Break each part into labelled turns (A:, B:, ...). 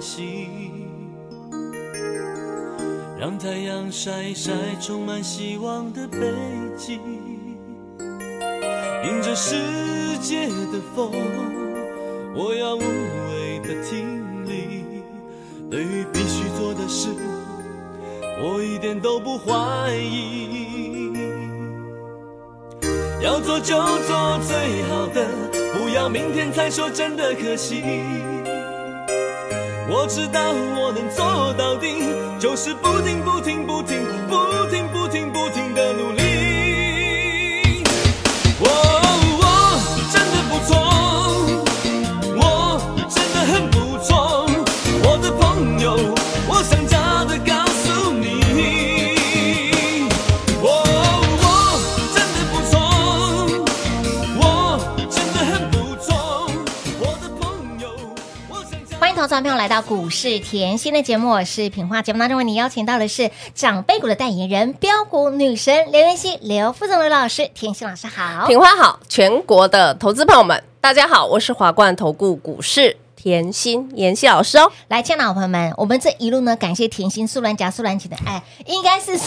A: 息，让太阳晒一晒充满希望的背脊，迎着世界的风，我要无畏的挺立。对于必须做的事，我一点都不怀疑。要做就做最好的，不要明天才说真的可惜。我知道我能做到底，就是不停不停不停不停不停不停的努力。我我真的不错，我真的很不错，我的朋友，我想假的告诉你，我我哦真的不错。我真的很不错，我的朋友，我想加
B: 欢迎投资朋友来到股市甜心的节目，我是品花。节目当中为你邀请到的是长辈股的代言人标股女神刘元熙、刘副总、刘老师，甜心老师好。
C: 品花好，全国的投资朋友们，大家好，我是华冠投顾股市甜心妍希老师哦。
B: 来，亲爱的好朋友们，我们这一路呢，感谢甜心、苏兰夹、苏兰姐的爱，应该是说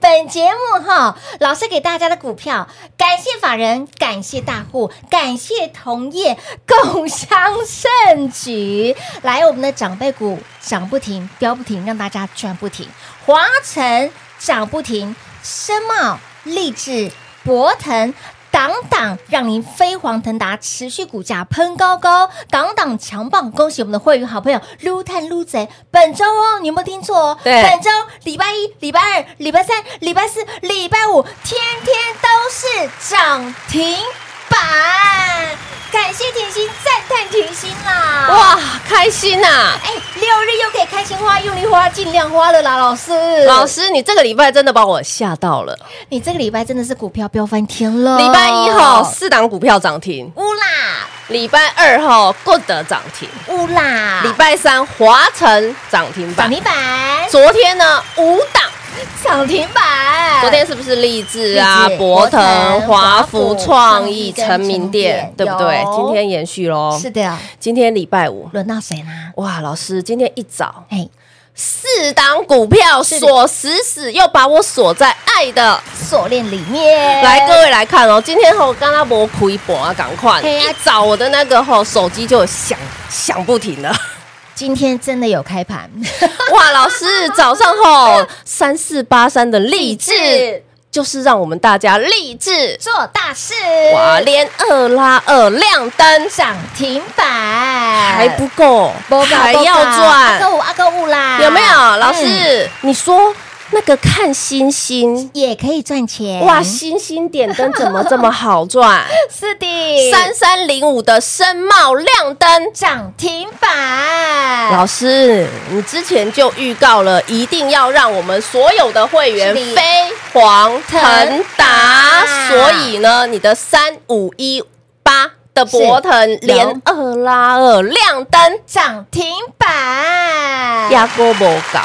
B: 本节目哈，老师给大家的股票，感谢法人，感谢大户，感谢同业，共襄盛举。来，我们的长辈股涨不停，飙不停，让大家赚不停。华晨涨不停，深茂、励志、博腾。档档让您飞黄腾达，持续股价喷高高，档档强棒！恭喜我们的会员好朋友撸探撸贼，本周哦，你有没有听错哦？
C: 对
B: 本周礼拜一、礼拜二、礼拜三、礼拜四、礼拜五，天天都是涨停板！感谢甜心，赞叹甜心啦！
C: 哇，开心啊呐、
B: 哎，六日又可以开心花、用力花、尽量花了啦，老师。
C: 老，师，你这个礼拜真的把我吓到了。
B: 你哎这个礼拜真的是股票飙翻天了。
C: 礼拜一号四档股票涨停，
B: 乌啦
C: 礼拜二号 Good 涨停，
B: 乌啦，
C: 礼拜三华晨涨停
B: 啊涨
C: 板。
B: 停板，
C: 昨天呢五档，
B: 涨停板，
C: 昨天是不是励志啊
B: 哎励志、
C: 博
B: 博、
C: 腾
B: 腾
C: 华
B: 华
C: 福、
B: 福
C: 创意、
B: 创意跟
C: 成名店
B: 成名店，
C: 对不对
B: 有？
C: 今天延续喽。
B: 是的，
C: 今天礼拜五，
B: 轮到谁啦？
C: 哇，老师，今天一早
B: 哎，
C: 四档股票
B: 是的
C: 锁死死，又把我锁在爱的。
B: 锁链里面，
C: 来，各位来看哦，今天吼刚刚我亏本啊，赶快
B: 嘿啊
C: 一早我的那个吼手机就响响不 停了。
B: 今天真的有开盘，
C: 哇，老师早上吼三四八三的励志，就是让我们大家励志
B: 做大事，
C: 哇，连二拉二亮灯
B: 涨停板还
C: 还不够，还要
B: 阿
C: 赚，
B: 哥五阿哥五啦，
C: 有没有？老
B: 嗯
C: 师，你说那个看星星。
B: 也可以赚钱？
C: 哇，星星点灯怎么这么好赚？
B: 是的，
C: 三三零五的深茂亮灯，
B: 涨停板，
C: 老师，你之前就预告了，一定要让我们所有的会员
B: 是的啊
C: 飞黄腾达
B: 腾达。
C: 所以呢，你的三五一八的博腾
B: 有
C: 连二拉二亮灯，
B: 涨停板，
C: 压锅无搞，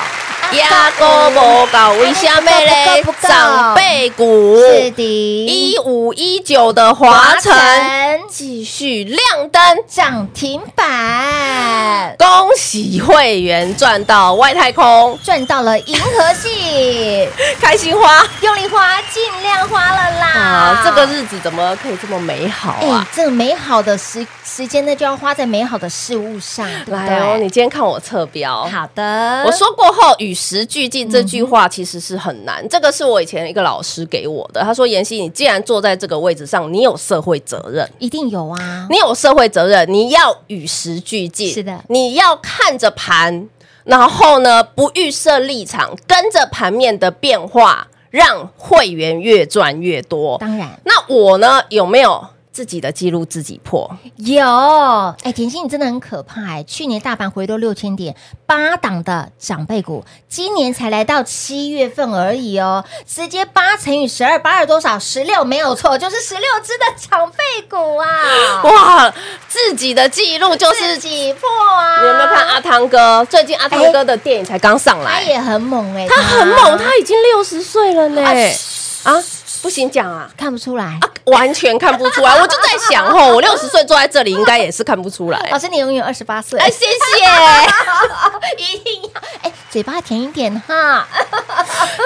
C: 压锅无搞，为什么嘞
B: 不够不？够
C: 长辈股
B: 是的，
C: 一五一九的华晨继续亮灯。
B: 涨停板，
C: 恭喜会员赚到外太空，
B: 赚到了银河系，
C: 开心花
B: 用力花，尽量花了啦。
C: 啊！这个日子怎么可以这么美好
B: 哎、
C: 啊？
B: 这个美好的时时间呢，就要花在美好的事物上，对不
C: 来哦，
B: 哎对
C: 你今天看我侧标。
B: 好的，
C: 我说过后，与时俱进这句话其实是很难。这个是我以前一个老师给我的，他说：“妍希，你既然坐在这个位置上，你有社会责任，
B: 一定有啊，
C: 你有社会责任，你要与时俱进。
B: 是的
C: 你要看着盘，然后呢，不预设立场，跟着盘面的变化，让会员越赚越多。
B: 当然
C: 那我呢，有没有自己的记录自己破。
B: 有，哎，甜心你真的很可怕哎！去年大盘回落六千点，八档的长辈股，今年才来到七月份而已哦，直接八乘以十二，八二多少？十六，没有错，就是十六只的长辈股啊！
C: 哇，自己的记录就是
B: 自己破啊！
C: 你有没有看阿汤哥？最近阿汤哥的电影才刚上
B: 他
C: 来，
B: 也很猛哎，
C: 他很猛，他已经六十岁了呢。啊，不行讲啊。
B: 看不出来。
C: 啊，完全看不出来，我就在想 吼，我六十岁坐在这里，应该也是看不出来。
B: 老师，你永远二十八岁，
C: 哎，啊谢谢。
B: 一定要哎，嘴巴甜一点哈。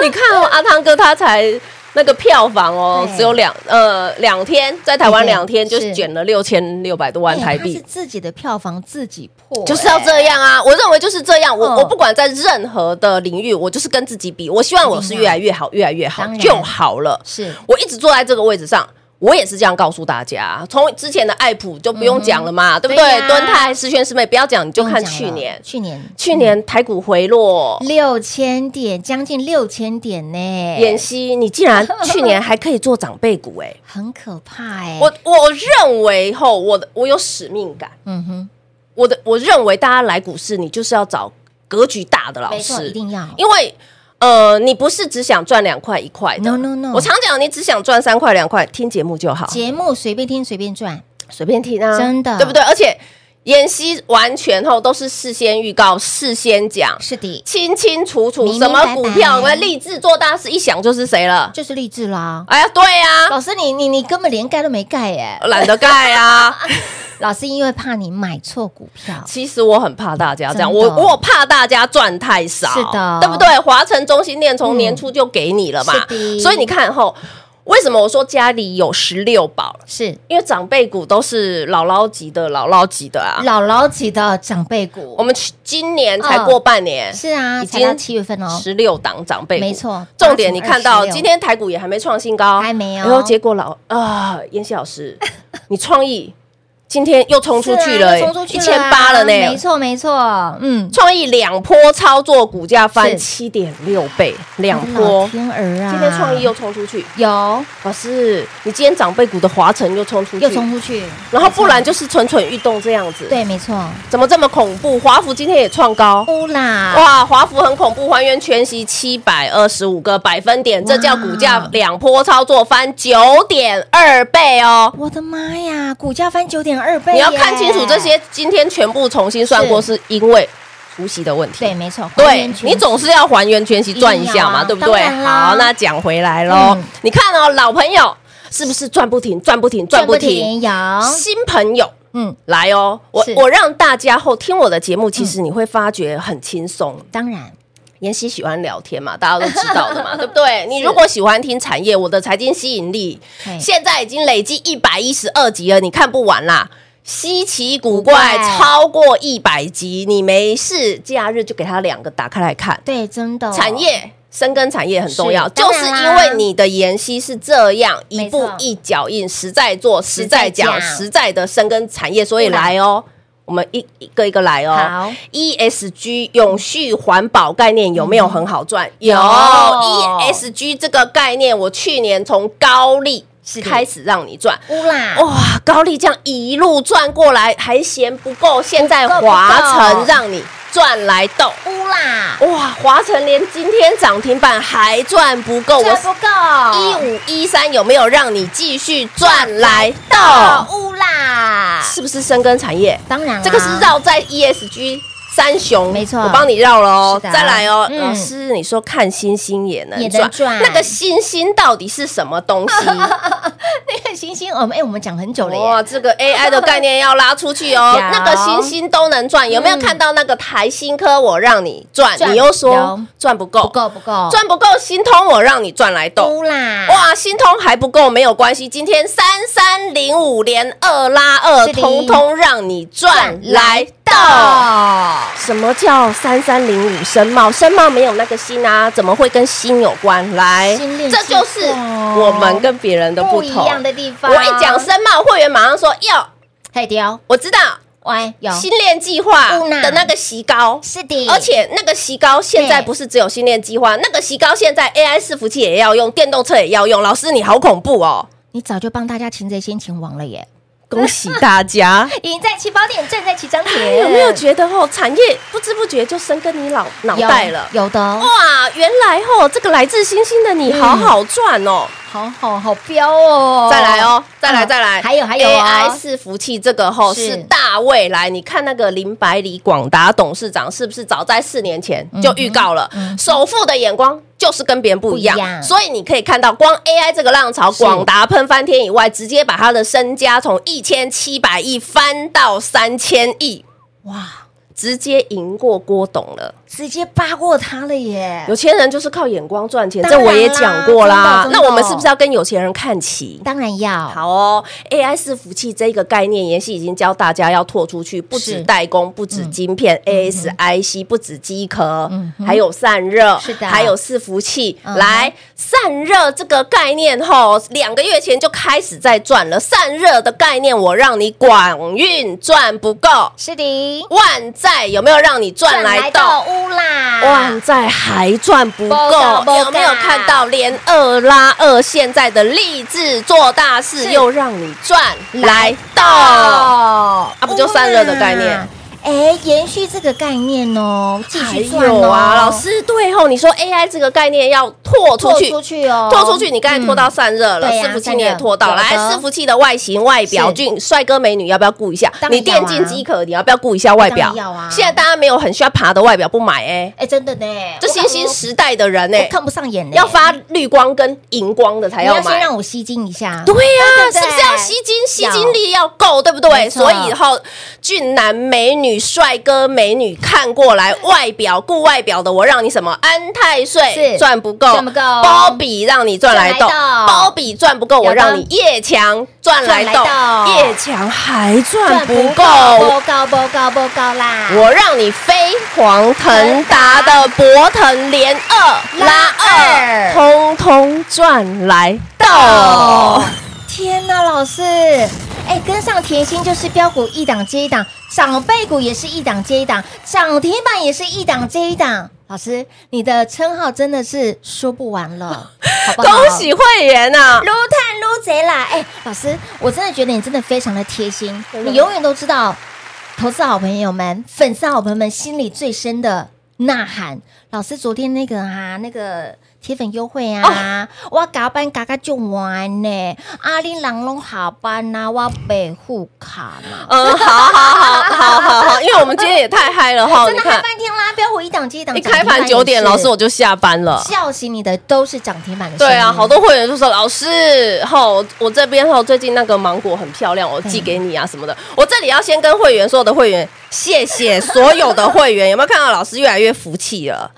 C: 你看哦，阿汤哥他才那个票房哦，
B: 对
C: 只有两呃两天，在台
B: 对
C: 湾
B: 对
C: 两天就是卷了六千六百多万台
B: 哎他是
C: 币。
B: 自己的票房自己破，
C: 就是要这样啊！我认为就是这样。我、
B: 哎嗯
C: 我不管在任何的领域，我就是跟自己比。我希望我是越来越好，越来越好
B: 当然
C: 就好了。
B: 是
C: 我一直坐在这个位置上，我也是这样告诉大家。啊从之前的爱普就不用讲了嘛，对不
B: 嗯对
C: 对？
B: 呀嗯
C: 敦泰、十全十美，不要讲，你就看去年，
B: 去年
C: 去年台股回落，
B: 六千点，将近六千点呢，
C: 妍希，你竟然去年还可以做长辈股哎、
B: 很可怕哎。
C: 我我认为吼，我的我有使命感，
B: 嗯哼，
C: 我的我认为大家来股市，你就是要找格局大的老
B: 没错，
C: 师
B: 一，定要
C: 因为呃，你不是只想赚两块一块的
B: No, no, no
C: 我常讲，你只想赚三块两块，听节目就好，
B: 节目随便听随便赚，
C: 随便听啊，
B: 真的
C: 对不对？而且妍希完全后都是事先预告，事先讲。
B: 是的，
C: 清清楚楚，
B: 明明
C: 什么
B: 白
C: 股
B: 白
C: 票，我们立志做大事，一想就是谁了。
B: 就是励志啦。
C: 哎呀，对呀、
B: 老师，你你你根本连盖都没盖耶！
C: 懒得盖 啊。
B: 老师因为怕你买错股票，
C: 其实我很怕大家这
B: 真
C: 样，我
B: 的
C: 我怕大家赚太少，
B: 是的嗯
C: 对不对？华晨中心念从年初就给你了嘛，
B: 是的
C: 所以你看吼，为什么我说家里有十六宝？
B: 是
C: 因为长辈股都是姥姥级的，姥姥级的啊。
B: 姥姥级的长辈股
C: 我，们去今年才过半年，
B: 是啊，
C: 已
B: 才到
C: 经
B: 七月份哦，
C: 十六档长辈股，
B: 没错
C: 重点你看到
B: 8.26
C: 今天台股也还没创新高，
B: 还没有
C: 然后结果老啊，妍希 老师，你创意今天又冲出去了、欸哎
B: 是啊冲出去
C: 一
B: 了
C: 千八了呢，
B: 没错没错，嗯，
C: 创意两波操作，股价翻
B: 是
C: 七点六倍，两
B: 老
C: 波。
B: 天儿啊，
C: 今天创意又冲出去，
B: 有
C: 老师，你今天长辈股的华晨又冲出去，
B: 又冲出去，
C: 然后
B: 没错
C: 不然就是蠢蠢欲动这样子。，
B: 对，没错，
C: 怎么这么恐怖？华孚今天也创高。
B: 乌啦，
C: 哇，华孚很恐怖，还原全息七百二十五个百分点，这叫股价两波操作翻九点二倍哦。
B: 我的妈呀，股价翻九点二倍，
C: 你要看清楚这，些，今天全部重新算过，是因为除息的问题。
B: 对，没错，还
C: 对
B: 原全
C: 你总是要还原全息赚一
B: 一定
C: 下
B: 要
C: 嘛，
B: 啊
C: 对不对？
B: 当然啦
C: 好，那讲回来喽，
B: 嗯
C: 你看哦，老朋友是不是转不停，转不停，转
B: 赚
C: 不
B: 不
C: 停？
B: 停摇，
C: 新朋友
B: 嗯，
C: 来哦，我
B: 是
C: 我让大家后听我的节目，其实你会发觉很轻松。
B: 当然
C: 嗯妍希喜欢聊天嘛，大家都知道的 嘛，对不对？你如果喜欢听产业，我的财经吸引力
B: 嘿
C: 现在已经累计一百一十二集了，你看不完啦。稀奇古怪
B: 古怪
C: 超过一百集，你没事假日就给它两个打开来看。
B: 对，真的
C: 产业深耕产业很重要，
B: 哦是
C: 就
B: 当
C: 是
B: 然啦
C: 因为你的研析是这样一
B: 没
C: 步
B: 错
C: 一脚印，实在做，实在讲，
B: 实在讲
C: 实在的深耕产业，所以
B: 对啦
C: 来哦。我们一一个一个来哦
B: 好。
C: ESG 永续环保概念有没有很好赚？有
B: 嗯有
C: ESG 这个概念，我去年从高利
B: 是的
C: 开始让你赚，
B: 乌啦，
C: 哇，高利这样一路赚过来还嫌不够，现在
B: 不够不够
C: 华晨让你赚来斗。
B: 乌啦，
C: 哇，华晨连今天涨停板还赚不够，
B: 赚
C: 我
B: 不够，
C: 一五一三有没有让你继续赚来到？
B: 哦到乌啦，
C: 是不是深耕产业？
B: 当然啦，
C: 这个是绕在 ESG 三雄，
B: 没错
C: 我帮你绕了哦。
B: 是的
C: 再来哦，
B: 嗯
C: 老师，你说看星星也能
B: 也
C: 赚
B: 能，赚
C: 那个星星到底是什么 东西？
B: 那个星星， 我们哎，我们讲很久了耶，
C: 哇，这个 AI 的概念要拉出去哦
B: 有，
C: 那个星星都能赚，有没有
B: 嗯
C: 看到那个台新科？我让你赚，
B: 赚
C: 你又说
B: 有
C: 赚不够
B: 不，够不够，
C: 赚哦不够，新通我让你赚来斗。
B: 乌啦，
C: 哇，新通还不够没有关系，今天三三零五连二拉二，
B: 是的
C: 通通让你赚来斗。
B: 到。
C: 什么叫三三零五申茂？申茂没有那个心啊，怎么会跟心有关？来
B: 心恋，
C: 这
B: 心
C: 就是
B: 动
C: 我们跟别人的不
B: 不一
C: 同。
B: 样的地方，
C: 我一讲申茂，会员马上说哟，
B: 太刁，
C: 我知道
B: 喂，有
C: 新恋计划
B: 不难
C: 的那个席高。
B: 是的，
C: 而且那个席高现在不是只有新链计划，那个席高现在 AI 伺服器也要用，电动车也要用。老师你好恐怖哦！
B: 你早就帮大家擒贼先擒王了耶！
C: 恭喜大 家！
B: 赢在起跑点，正在起涨点，
C: 哎有没有觉得哦，产业不知不觉就生根你脑脑
B: 有
C: 袋了？
B: 有的哦，
C: 哇，原来哦，这个来自星星的你
B: 嗯
C: 好好赚哦！
B: 好好好标哦，
C: 再来哦，再来
B: 嗯
C: 再来，
B: 还有还有
C: AI
B: 哦，
C: 伺服器这个吼
B: 是
C: 是大未来。你看那个林百里广达董事长是不是早在四年前
B: 嗯
C: 就预告了？首富的眼光就是跟别人不一
B: 不一样
C: 样，所以你可以看到，光 AI 这个浪潮，
B: 是
C: 广达喷翻天以外，直接把他的身家从一千七百亿翻到三千亿，
B: 哇，
C: 直接赢过郭董了。
B: 直接扒过他了耶！
C: 有钱人就是靠眼光赚钱，
B: 哎当然
C: 这我也讲过
B: 啦
C: 啦
B: 真。的真
C: 那
B: 的
C: 我们是不是要跟有钱人看齐？
B: 当然要，
C: 好哦，AI 伺服器这个概念，妍希已经教大家要拓出去，不止代工，不止晶片、ASIC，不止机壳，还有散热，
B: 嗯是的
C: 还有伺服器。
B: 嗯哼
C: 来，散热这个概念吼，两个月前就开始在赚了。散热的概念，我让你广运赚不够，
B: 是的，
C: 万载有没有让你赚来到？
B: 屋啦，
C: 万载还赚不
B: 啊不
C: 够
B: 够，啊不够
C: 有没有看到连二拉二现在的励志做大事，
B: 是
C: 又让你赚来到？
B: 哦，
C: 啊不就散热的概念
B: 哇？哎，延续这个概念哦，继
C: 还
B: 续赚
C: 有
B: 哦，
C: 啊，老师对吼，你说 AI 这个概念要拓出
B: 拓
C: 去。
B: 出去哦，
C: 拓出去，你刚才
B: 嗯
C: 拖到散热了，
B: 对啊
C: 伺服器你也拖到，
B: 散热
C: 来
B: 有的
C: 伺服器的外形、外表，
B: 是
C: 俊帅哥美女要不要顾一下？
B: 当然啊
C: 你电竞机壳你要不要顾一下外表
B: 当然要啊？
C: 现在大家没有很需要爬的外表不买哎，
B: 哎，真的呢，
C: 这
B: 我
C: 新兴
B: 看
C: 时代的人
B: 我
C: 哎
B: 我，看不上眼呢，
C: 要发绿光跟荧光的才
B: 你
C: 要
B: 要先
C: 买。
B: 让我吸睛一下，
C: 对呀、
B: 对对
C: 是
B: 对
C: 不是要吸金？吸
B: 要
C: 金力要够，对不对？
B: 没错
C: 所以以后俊男美女、帅哥美女看过来，外表顾外表的，我让你什么安太岁
B: 是
C: 赚不够，
B: 赚不够
C: 包比让你赚来斗，
B: 赚来斗
C: 包比赚不够，我
B: 有的
C: 让你夜强赚来斗
B: 赚来，斗
C: 夜强还赚
B: 赚
C: 不
B: 不够，
C: 够。
B: 不高不高不高啦，
C: 我让你飞黄腾达的博腾连二拉
B: 拉
C: 二，
B: 二
C: 通通赚来斗
B: 哦。，天哪，老师，哎，跟上甜心就是标股一档接一档，长辈股也是一档接一档，涨停板也是一档接一档。老师，你的称号真的是说不完了，好不好？
C: 恭喜会员呐、
B: 撸探撸贼啦！哎、老师，我真的觉得你真的非常的贴心，你永远都知道投资好朋友们、粉丝好朋友们心里最深的呐喊。老师昨天那个啊，那个铁粉优惠啊，我加班加加就完呢，阿玲郎拢下班呐、我北户卡嘛。
C: 嗯，好好好好好好，因为我们今天也太嗨了哈，
B: 真
C: 你
B: 的嗨
C: 看
B: 翻天啦！标股一档接一档，
C: 一开
B: 涨停板
C: 盘
B: 也
C: 九点，
B: 是
C: 老师我就下班了。
B: 叫醒你的都是涨停板的声
C: 对
B: 音。
C: 啊，好多会员就说老师，吼，我这边吼最近那个芒果很漂亮，我寄给你啊什么的。我这里要先跟会员所有的会员，谢谢所有的会员，有没有看到老师越来越服气了？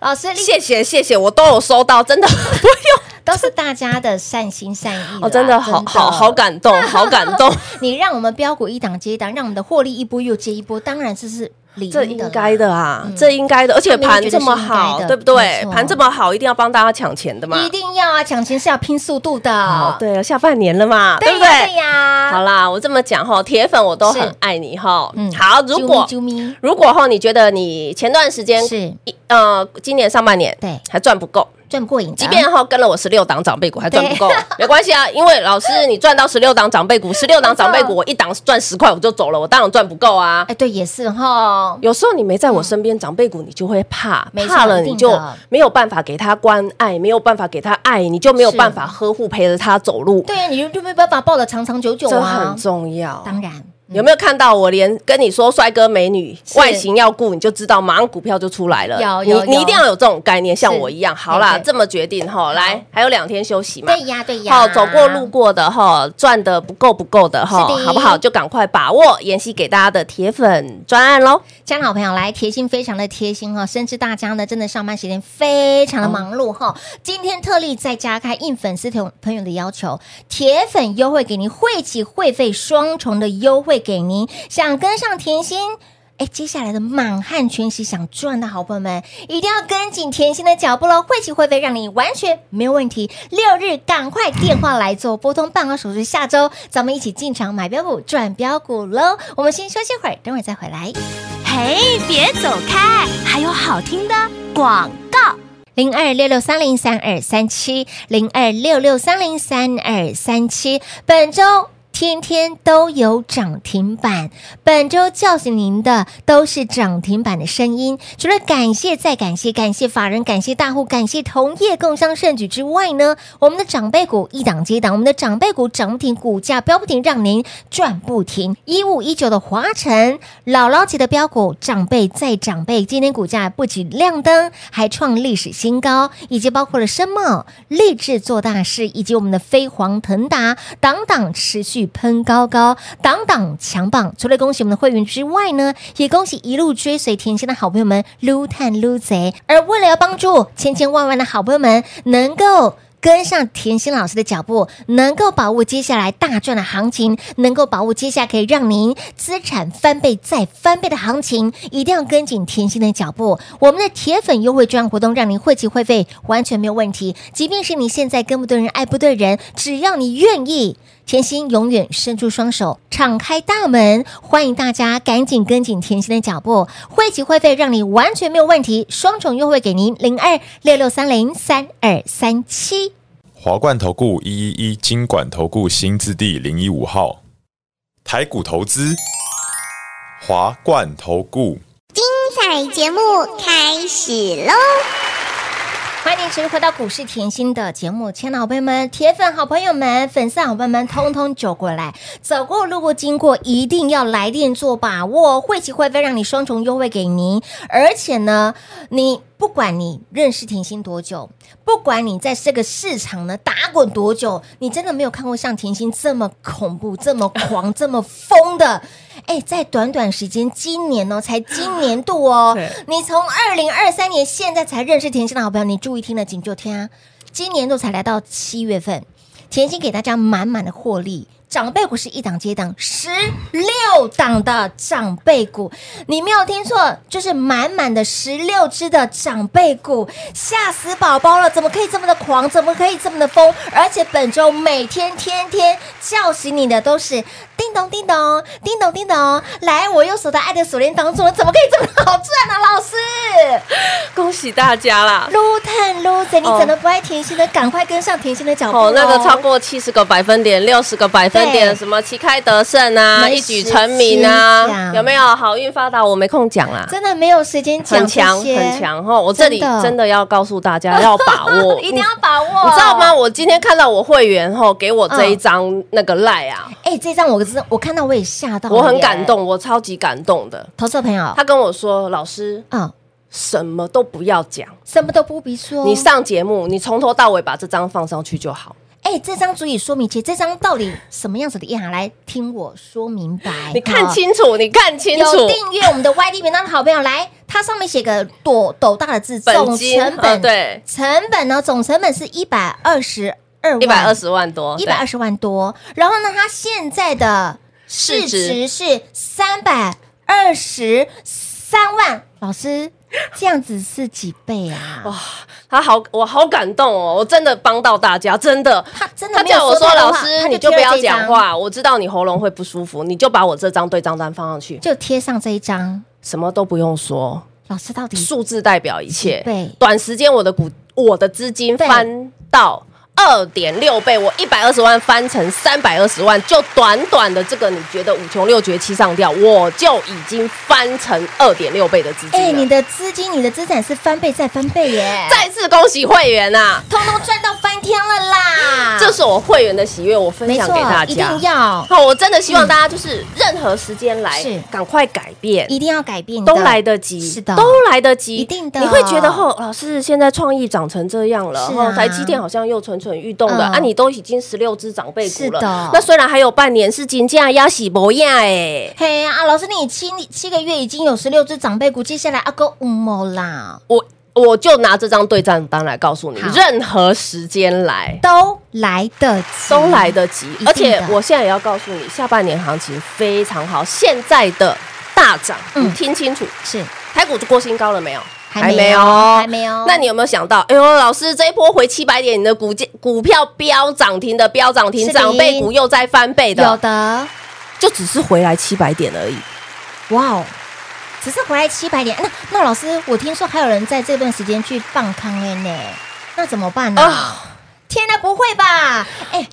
B: 老师，
C: 谢谢谢谢，我都有收到，真的不用
B: 都是大家的善心善意啦。
C: 哦，真的好好好感动，好感动。
B: 你让我们标股一档接一档，让我们的获利一波又接一波，当然这是理
C: 这
B: 应
C: 应
B: 的啦嗯
C: 该的啊，这应该的，而且
B: 他们
C: 盘
B: 也觉得是
C: 这么
B: 应该
C: 好，
B: 的
C: 对不对
B: 没？错
C: 盘这么好，一定要帮大家抢钱的嘛。
B: 一定要啊！抢钱是要拼速度
C: 哦
B: 的，，
C: 对了，下半年了嘛，对
B: 对
C: 不
B: 呀对
C: 对？好
B: 呀。
C: 啦，我这么讲哈，铁粉我都
B: 是
C: 很爱你哈。
B: 嗯
C: 好，如果
B: 啾咪啾咪
C: 如果哈，你觉得你前段时间
B: 是
C: 一呃，今年上半年
B: 对
C: 还赚不够，
B: 赚不过瘾的，啊
C: 即便哈跟了我十六档长辈股还赚不够，没关系啊，因为老师你赚到十六档长辈股，十六档长辈股我一档赚十块我就走了，我当然赚不够啊。
B: 哎，对，也是哈，
C: 有时候你没在我身边，长辈股你就会怕，
B: 嗯没错
C: 怕了
B: 一定
C: 你就
B: 的
C: 没有办法给他关爱，没有办法给他爱，你就没有
B: 是
C: 办法呵护陪着他走路，
B: 对呀，你就就没办法抱得长长久久
C: 这
B: 啊
C: 很。重要。
B: 当然，嗯
C: 有没有看到我连跟你说帅哥美女
B: 是
C: 外形要顾，你就知道马上股票就出来了。
B: 有
C: 你
B: 有
C: 你
B: 有
C: 一定要有这种概念，像
B: 是
C: 我一样。好啦，
B: 对对
C: 这么决定哈，来还有两天休息嘛。
B: 对呀对呀，
C: 好，走过路过的哈，赚的不够不够的哈，
B: 是的
C: 好不好？就赶快把握妍希给大家的铁粉专案喽。
B: 家长好朋友来贴心，非常的贴心哈、甚至大家呢，真的上班时间非常的忙碌哈、今天特例再加开应粉丝朋朋友的要求，铁粉优惠给您，会籍会费双重的优惠给您，想跟上甜心。哎，接下来的满汉全席想赚的好朋友们，一定要跟紧甜心的脚步喽！会期会费让你完全没有问题。六日赶快电话来做拨通办好手续，下周咱们一起进场买标股赚标股喽！我们先休息会儿，等会儿再回来。
D: 嘿，别走开，还有好听的广告。
B: 零二六六三零三二三七零二六六三零三二三七。本周。天天都有涨停板，本周叫醒您的都是涨停板的声音。除了感谢再感谢，感谢法人，感谢大户，感谢同业共襄盛举之外呢，我们的长辈股一档接一档，我们的长辈股涨不停，股价飙不停，让您赚不停。一五一九的华晨，姥姥级的标股，长辈再长辈，今天股价不仅亮灯，还创历史新高，以及包括了深茂、立志做大事，以及我们的飞黄腾达，档档持续喷高高，档档强棒。除了恭喜我们的会员之外呢，也恭喜一路追随甜心的好朋友们撸探撸贼。而为了要帮助千千万万的好朋友们能够。跟上甜心老师的脚步，能够把握接下来大赚的行情，能够把握接下来可以让您资产翻倍再翻倍的行情，一定要跟紧甜心的脚步。我们的铁粉优惠专案活动，让您汇集会费完全没有问题。即便是你现在跟不对人、爱不对人，只要你愿意。甜心永远伸出双手，敞开大门，欢迎大家赶紧跟紧甜心的脚步，汇集会费让你完全没有问题，双重优惠给您零二六六三零三二三七。
E: 华冠投顾一一一金管投顾新字第零一五号，台股投资，华冠投顾。
F: 彩节目开始喽！
B: 欢迎您持续回到股市甜心的节目，亲爱的好朋友们、铁粉好朋友们、粉丝好朋友们，通通走过来，走过路过经过，一定要来电做把握，汇齐会费让你双重优惠给您，而且呢，你不管你认识甜心多久，不管你在这个市场呢打滚多久，你真的没有看过像甜心这么恐怖、这么狂、这么疯的。哎，在短短时间，今年哦，才今年度哦
C: 对，
B: 你从二零二三年现在才认识甜心的好朋友，你注意听了，锦就听啊，今年度才来到七月份，甜心给大家满满的获利。长辈股是一档接一档，十六档的长辈股，你没有听错，就是满满的十六只的长辈股，吓死宝宝了！怎么可以这么的狂？怎么可以这么的疯？而且本周每天天天叫醒你的都是叮咚叮咚叮咚叮咚，来，我又锁在爱的锁链当中了，怎么可以这么好赚呢、老师，
C: 恭喜大家啦！
B: 撸探撸贼，你
C: 哦
B: 怎么不爱甜心的？赶快跟上甜心的脚步、
C: 哦，那个超过七十个百分点、六十个百分点，
B: 对
C: 什么旗开得胜啊，
B: 没
C: 一举成
B: 时
C: 名
B: 间
C: 啊，
B: 讲
C: 有没有好运发达？我没空讲啦。
B: 真的没有时间讲
C: 很强
B: 这些
C: 很，强哈！哦我这里
B: 真的
C: 真的要告诉大家，要把 握，
B: 一定要把握，
C: 你知道吗？？我今天看到我会员后给我这一张那个赖啊，
B: 哎、这张我真我看到我也吓到，
C: 我很感。动，我超级感动的。
B: 投资者朋友，
C: 他跟我说：“老师，
B: 啊，
C: 什么都不要讲，
B: 什么都不必说。
C: 你上节目，你从头到尾把这张放上去就好。
B: 哎，这张足以说明一切，这张到底什么样子的意涵？来听我说明白。
C: 你看
B: 好
C: 清楚，你看清
B: 哎有
C: 楚。”
B: 订阅我们的 YD 频道的好朋友，来，它上面写个多斗大的字，
C: 本
B: 总
C: 金
B: 成本、
C: 呃对，
B: 成本呢，总成本是一百二十二，
C: 一百二。十万多，
B: 一百二
C: 十，
B: 十万多，然后呢，它现在的市
C: 市值
B: 值是三百二十三万。老师， 这样子是几倍啊？哇，
C: 他好，我好感动哦！我真的帮到大家，真的。
B: 他真的
C: 他
B: 没有
C: 叫我说：“
B: 到的
C: 老
B: 话
C: 师，
B: 他
C: 你就不
B: 贴了
C: 要
B: 这张
C: 讲，话，我知道你喉咙会不舒服，你就把我这张对账单放上去，
B: 就贴上这一张。
C: 什么都不用说，
B: 老师到底
C: 数字代表一切。
B: 对
C: 短时间我的股，我的资金
B: 对
C: 翻到二点六倍，我一百二十万翻成三百二十万，就短短的这个，你觉得五穷六绝七上吊，我就已经翻成二点六倍的资金
B: 哎、
C: 了。
B: 你的资金、你的资产是翻倍再翻倍 耶，
C: 再次恭喜会员啊！
B: 通通赚到翻天了啦！
C: 这是我会员的喜悦，我
B: 啊
C: 分
B: 没
C: 享
B: 错
C: 给大，
B: 一
C: 家。
B: 定要
C: 好，我真的希望大家就是任何时间来
B: 是，
C: 赶快改变。
B: 一定要改变你的，
C: 都来得及，
B: 是的
C: 都来得及，
B: 一定的
C: 你会觉得哦，老师现在创意长成这样了，
B: 是啊
C: 哦，台积电好像又蠢蠢欲动了
B: 嗯
C: 啊！你都已经十六只长辈股
B: 是的
C: 了，那虽然还有半年是金价压喜博亚哎，
B: 嘿呀、啊，老师，你七七个月已经有十六只长辈股，接下来阿哥五毛啦，
C: 我我就拿这张对账单来告诉你
B: 好，
C: 任何时间来
B: 都来得及，
C: 都来得及
B: 定，的
C: 而且我现在也要告诉你，下半年行情非常好，现在的大涨，
B: 嗯
C: 你听清楚，
B: 是
C: 台股就过新高了没有？
B: 还没有还没有
C: 那你有没有想到？哎呦，老师，这一波回七百点，你的股价股票飙涨停的，飙涨停，
B: 是的
C: 长辈股又在翻倍的，
B: 有的，
C: 就只是回来七百点而已。
B: 哇哦，只是回来七百点。那那老师，我听说还有人在这段时间去放康恩呢，那怎么办呢、
C: 啊
B: 天哪，不会吧？哎，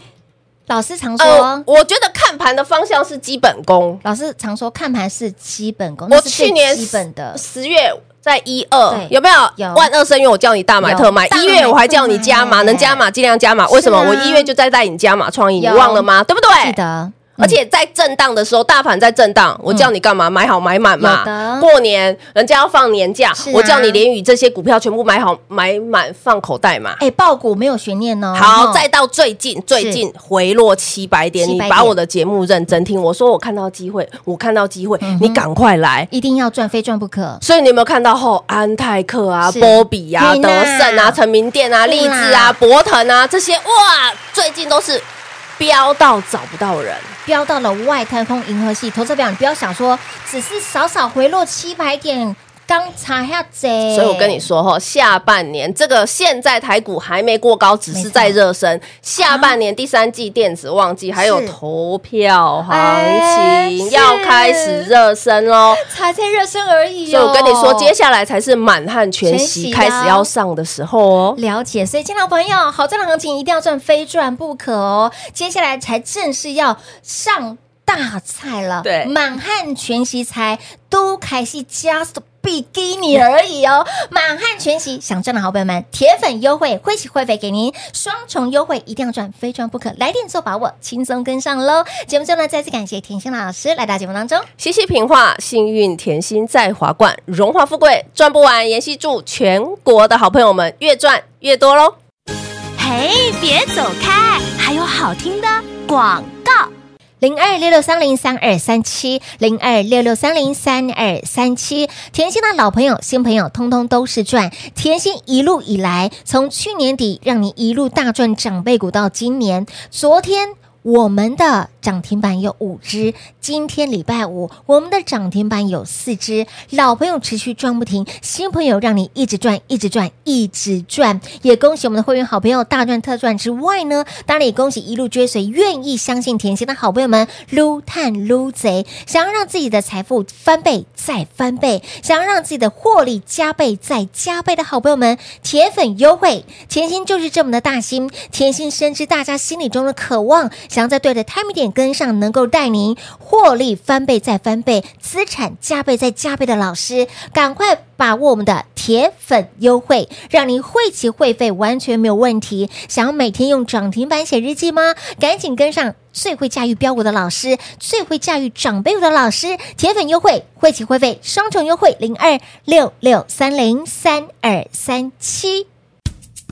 B: 老师常说，
C: 呃，我觉得看盘的方向是基本功。
B: 老师常说看盘是基本功，
C: 我
B: 那是最
C: 去年
B: 基本的
C: 十月在一二
B: 对，
C: 有没有？
B: 有
C: 万二生月我叫你大买
B: 有
C: 特买，
B: 大买
C: 一月我还叫你加
B: 特买
C: 码，能加码尽量加码。为什么？我一月就在带你加码创意，你
B: 啊有嗯
C: 忘了吗？对不对？
B: 记得，
C: 而且在震荡的时候，大盘在震荡，我叫你干嘛？买好买满
B: 嗯有的
C: 嘛。过年人家要放年假
B: 是啊，
C: 我叫你联宇这些股票全部买好买满放口袋嘛。
B: 哎，爆股没有悬念哦。
C: 好，
B: 哦
C: 再到最近，最近回落七百点，
B: 700
C: 你
B: 点
C: 把我的节目认真听，我说我看到机会，我看到机会，
B: 嗯
C: 你赶快来。
B: 一定要赚，非赚不可。
C: 所以你有没有看到后安泰克啊、
B: 是
C: 波比啊、
B: 嘿呐
C: 德胜啊、成名店啊、
B: 对
C: 立
B: 啦
C: 志啊、博腾啊这些哇，最近都是飙到找不到人。
B: 飙到了外太空银河系。投资表，你不要想说只是少少回落七百点，刚查下贼。
C: 所以我跟你，说哈，下半年这个现在台股还没过高，只是在热身。下半年第三季电子旺季，还有
B: 是
C: 投票
B: 哎
C: 行情
B: 是
C: 要开始热身喽。
B: 才在热身而已、
C: 所以我跟你说，接下来才是满汉全
B: 全
C: 席
B: 席啊
C: 开始要上的时候哦。
B: 了解，所以亲老朋友，好赚的行情一定要赚，非赚不可哦。接下来才正式要上大菜了，
C: 对
B: 满汉全席才都开始 just。比基尼而已哦，满汉全席想赚的好朋友们，铁粉优惠，会起会费给您双重优惠，一定要赚，非赚不可，来电做把握，轻松跟上喽。节目最后呢，再次感谢甜心老师来到节目当中。
C: 西西平话，幸运甜心在华冠，荣华富贵赚不完。妍希祝全国的好朋友们越赚越多喽！
D: 嘿，别走开，还有好听的广告。
B: 零二六六三零三二三七，零二六六三零三二三七，甜心的老朋友、新朋友，通通都是赚。甜心一路以来，从去年底让你一路大赚长辈股到今年，昨天。我们的涨停板有五只，今天礼拜五，我们的涨停板有四只。老朋友持续赚不停，新朋友让你一直赚，一直赚，一直赚。也恭喜我们的会员好朋友大赚特赚之外呢，当然也恭喜一路追随、愿意相信甜心的好朋友们，撸探撸贼，想要让自己的财富翻倍再翻倍，想要让自己的获利加倍再加倍的好朋友们，铁粉优惠，甜心就是这么的大心。甜心深知大家心里中的渴望，想要在对的 time 点跟上，能够带您获利翻倍再翻倍，资产加倍再加倍的老师，赶快把握我们的铁粉优惠，让您汇齐会费完全没有问题。想要每天用涨停板写日记吗？赶紧跟上。最会驾驭标股的老师，最会驾驭长辈股的老师，铁粉优惠，汇齐会费双重优惠，零二六六三零三二三七。